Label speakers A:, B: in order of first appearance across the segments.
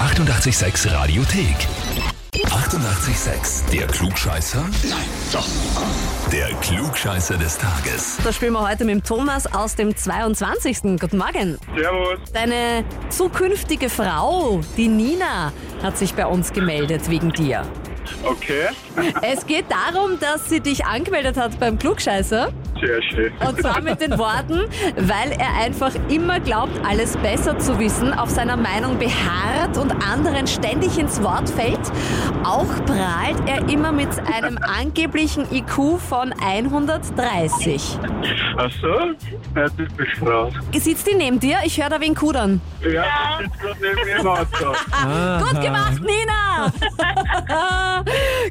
A: 886 Radiothek. 88,6. Der Klugscheißer? Nein, doch. Der Klugscheißer des Tages.
B: Da spielen wir heute mit dem Thomas aus dem 22. Guten Morgen.
C: Servus.
B: Deine zukünftige Frau, die Nina, hat sich bei uns gemeldet wegen dir.
C: Okay,
B: Es geht darum, dass sie dich angemeldet hat beim Klugscheißer.
C: sehr schön.
B: Und zwar mit den Worten, weil er einfach immer glaubt, alles besser zu wissen, auf seiner Meinung beharrt und anderen ständig ins Wort fällt. Auch prahlt er immer mit einem angeblichen IQ von 130.
C: Ach so? Ja, typisch Frau.
B: Sitzt die neben dir? Ich höre da wen kudern.
C: Ja, das ist gerade neben mir im Auto.
B: Gut gemacht, Nina!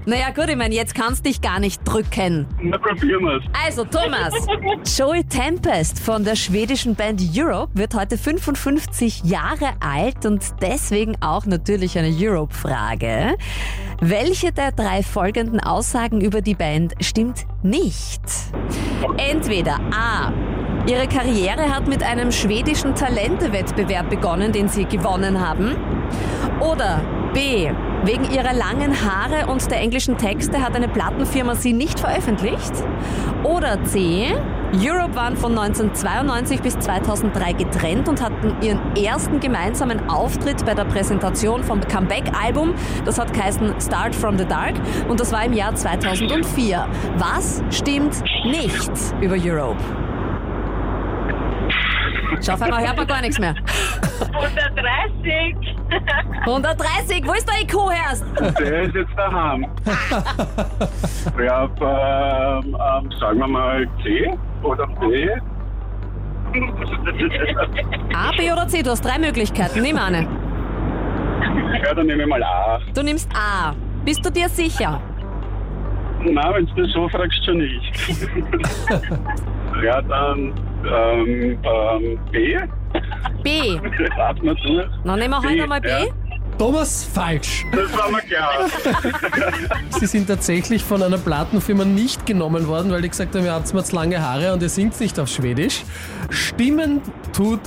B: naja, gut, ich meine, jetzt kannst dich gar nicht drücken.
C: Na, probieren wir's.
B: Also, Thomas, Joey Tempest von der schwedischen Band Europe wird heute 55 Jahre alt und deswegen auch natürlich eine Europe-Frage. Welche der drei folgenden Aussagen über die Band stimmt nicht? Entweder A. Ihre Karriere hat mit einem schwedischen Talentewettbewerb begonnen, den sie gewonnen haben. Oder B. Wegen ihrer langen Haare und der englischen Texte hat eine Plattenfirma sie nicht veröffentlicht. Oder C. Europe waren von 1992 bis 2003 getrennt und hatten ihren ersten gemeinsamen Auftritt bei der Präsentation vom Comeback-Album. Das hat geheißen Start from the Dark und das war im Jahr 2004. Was stimmt nicht über Europe? Schau, auf einmal hört man gar nichts mehr.
D: 130.
B: 130, wo ist der IQ herst?
C: Der ist jetzt daheim. Ja, aber, ähm, ähm, sagen wir mal C oder B.
B: A, B oder C? Du hast drei Möglichkeiten, nimm eine.
C: Ja, dann nehme ich mal A.
B: Du nimmst A. Bist du dir sicher?
C: Na, wenn du das so fragst, schon nicht. Ja, dann ähm, ähm, B.
B: B.
C: Atmen wir durch.
B: Na, nehmen wir
C: B,
B: heute einmal B.
C: ja.
E: Thomas, falsch.
C: Das war mir klar.
E: Sie sind tatsächlich von einer Plattenfirma nicht genommen worden, weil die gesagt haben, ihr habt mal zu lange Haare und ihr singt nicht auf Schwedisch. Stimmen tut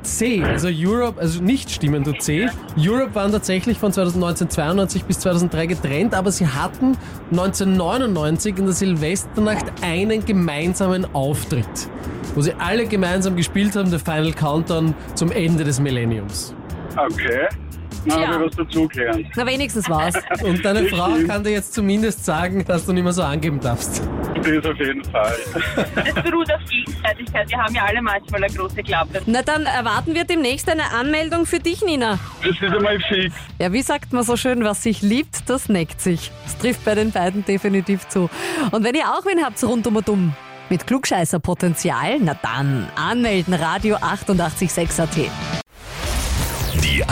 E: C, also Europe, also nicht stimmen tut C. Europe waren tatsächlich von 1992 bis 2003 getrennt, aber sie hatten 1999 in der Silvesternacht einen gemeinsamen Auftritt, wo sie alle gemeinsam gespielt haben, der Final Countdown zum Ende des Millenniums.
C: Okay. Na,
B: Tja.
C: hab ich was dazugelernt.
B: Na, wenigstens war's.
E: Und deine Frau kann dir jetzt zumindest sagen, dass du nicht mehr so angeben darfst.
C: Das auf jeden Fall.
D: Das beruht auf Gegenseitigkeit. Wir haben ja alle manchmal eine große Klappe.
B: Na, dann erwarten wir demnächst eine Anmeldung für dich, Nina.
C: Das ist einmal fix.
B: Ja, wie sagt man so schön, was sich liebt, das neckt sich. Das trifft bei den beiden definitiv zu. Und wenn ihr auch wen habt rund um und um mit Klugscheißerpotenzial, na dann anmelden, Radio 886 AT.
A: Die